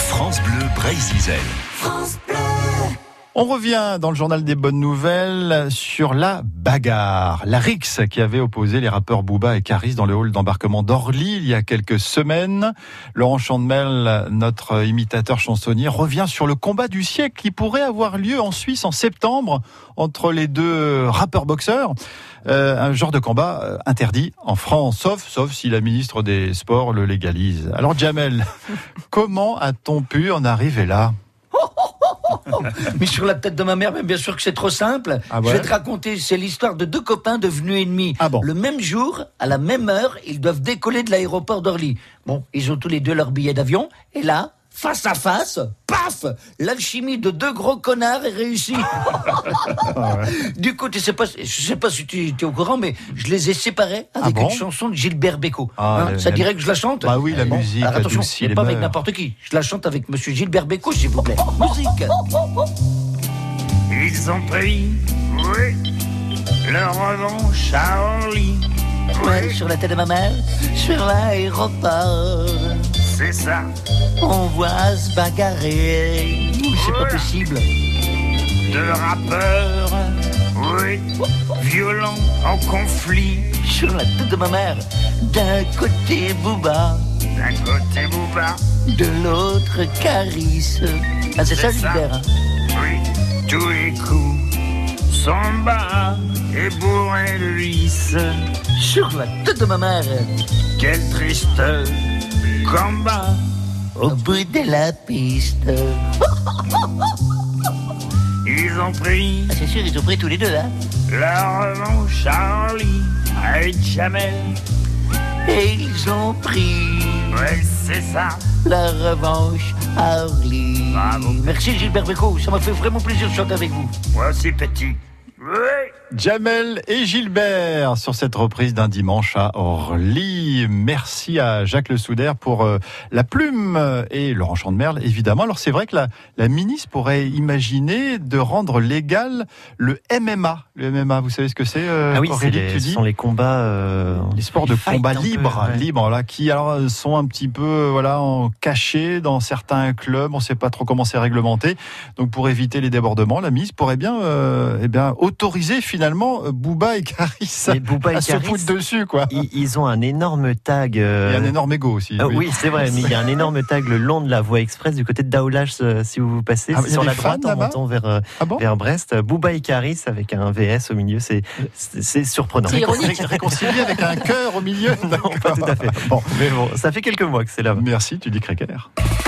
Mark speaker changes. Speaker 1: France Bleu Brésil.
Speaker 2: On revient dans le journal des bonnes nouvelles sur la bagarre, la rixe qui avait opposé les rappeurs Booba et Caris dans le hall d'embarquement d'Orly il y a quelques semaines. Laurent Chandemel, notre imitateur chansonnier, revient sur le combat du siècle qui pourrait avoir lieu en Suisse en septembre entre les deux rappeurs boxeurs. Euh, un genre de combat euh, interdit en France, sauf, sauf si la ministre des Sports le légalise. Alors Jamel, comment a-t-on pu en arriver là
Speaker 3: Mais sur la tête de ma mère, mais bien sûr que c'est trop simple.
Speaker 2: Ah ouais
Speaker 3: Je vais te raconter, c'est l'histoire de deux copains devenus ennemis.
Speaker 2: Ah bon
Speaker 3: Le même jour, à la même heure, ils doivent décoller de l'aéroport d'Orly. Bon, ils ont tous les deux leur billet d'avion, et là, face à face, paf L'alchimie de deux gros connards est réussie.
Speaker 2: Ah
Speaker 3: Du coup, tu sais pas, je sais pas si tu es au courant, mais je les ai séparés
Speaker 2: Ah
Speaker 3: avec
Speaker 2: bon
Speaker 3: une chanson de Gilbert Bécaud.
Speaker 2: Ah,
Speaker 3: Hein,
Speaker 2: la-
Speaker 3: ça
Speaker 2: la-
Speaker 3: dirait que je la chante
Speaker 2: Bah oui, la
Speaker 3: Bon,
Speaker 2: musique
Speaker 3: alors attention,
Speaker 2: adoucit
Speaker 3: mais
Speaker 2: les
Speaker 3: pas avec
Speaker 2: mœurs.
Speaker 3: n'importe qui. Je la chante avec Monsieur Gilbert Bécaud, s'il vous plaît. Musique
Speaker 4: Ils ont pris, oui, leur revanche à Orly.
Speaker 3: Ouais,
Speaker 4: Oui,
Speaker 3: sur la tête de ma mère, sur l'aéroport,
Speaker 4: c'est ça.
Speaker 3: on voit se bagarrer. Ouh, C'est pas possible.
Speaker 4: Deux rappeurs, oui, violents en conflit.
Speaker 3: Sur la tête de ma mère, d'un côté Booba,
Speaker 4: D'un côté Booba,
Speaker 3: de l'autre Caris. Ah, c'est ça,
Speaker 4: C'est ça.
Speaker 3: Gilbert. hein
Speaker 4: oui, tous les coups sont bas et bourrés de vis.
Speaker 3: Sur la tête de ma mère,
Speaker 4: Quel triste combat.
Speaker 3: au bout de la piste. Ah,
Speaker 4: Ils ont pris
Speaker 3: c'est sûr, ils ont pris tous les deux, hein. là.
Speaker 4: leur revanche à Orly. Avec Jamel,
Speaker 3: Et ils ont pris
Speaker 4: oui, c'est ça.
Speaker 3: la revanche à Orly.
Speaker 4: Bravo.
Speaker 3: Merci, Gilbert Bécaud. Ça m'a fait vraiment plaisir de chanter avec vous.
Speaker 4: Moi aussi petit. Oui.
Speaker 2: Jamel et Gilbert sur cette reprise d'un dimanche à Orly. Merci à Jacques Le Soudaire pour euh, la plume euh, et Laurent Chandemerle, évidemment. Alors c'est vrai que la, la ministre pourrait imaginer de rendre légal le MMA. Le MMA, vous savez ce que c'est, euh,
Speaker 5: Ah oui, c'est
Speaker 2: Aurélie,
Speaker 5: les-
Speaker 2: tu
Speaker 5: ce
Speaker 2: dis
Speaker 5: sont les combats. euh,
Speaker 2: les sports de
Speaker 5: les fights
Speaker 2: combat
Speaker 5: un peu,
Speaker 2: libres,
Speaker 5: ouais.
Speaker 2: libres, là, qui alors euh, sont un petit peu euh, voilà en cachés dans certains clubs. On ne sait pas trop comment c'est réglementé. Donc pour éviter les débordements, la mise pourrait bien, euh, eh bien autoriser finalement euh, Booba et Caris à,
Speaker 5: Mais Booba et
Speaker 2: à se
Speaker 5: Karis,
Speaker 2: foutre dessus, quoi.
Speaker 5: ils, ils ont un énorme tag. euh,
Speaker 2: Il y a un énorme ego aussi.
Speaker 5: euh, oui, c'est vrai, mais il y a un énorme tag le long de la voie express du côté de Daoulash, euh, si vous passez
Speaker 2: Ah,
Speaker 5: c'est
Speaker 2: il y a
Speaker 5: sur
Speaker 2: des
Speaker 5: la
Speaker 2: fans
Speaker 5: droite en
Speaker 2: là-bas
Speaker 5: montant vers, euh,
Speaker 2: Ah bon
Speaker 5: vers Brest. Euh, Booba et Karis avec un VS au milieu, c'est c'est c'est surprenant.
Speaker 6: C'est ironique.
Speaker 2: Ré- Réconcilié avec un cœur au milieu.
Speaker 5: Non, pas tout à fait.
Speaker 2: Bon.
Speaker 5: Mais bon, ça fait quelques mois que c'est là.
Speaker 2: Merci, tu dis Crécaire.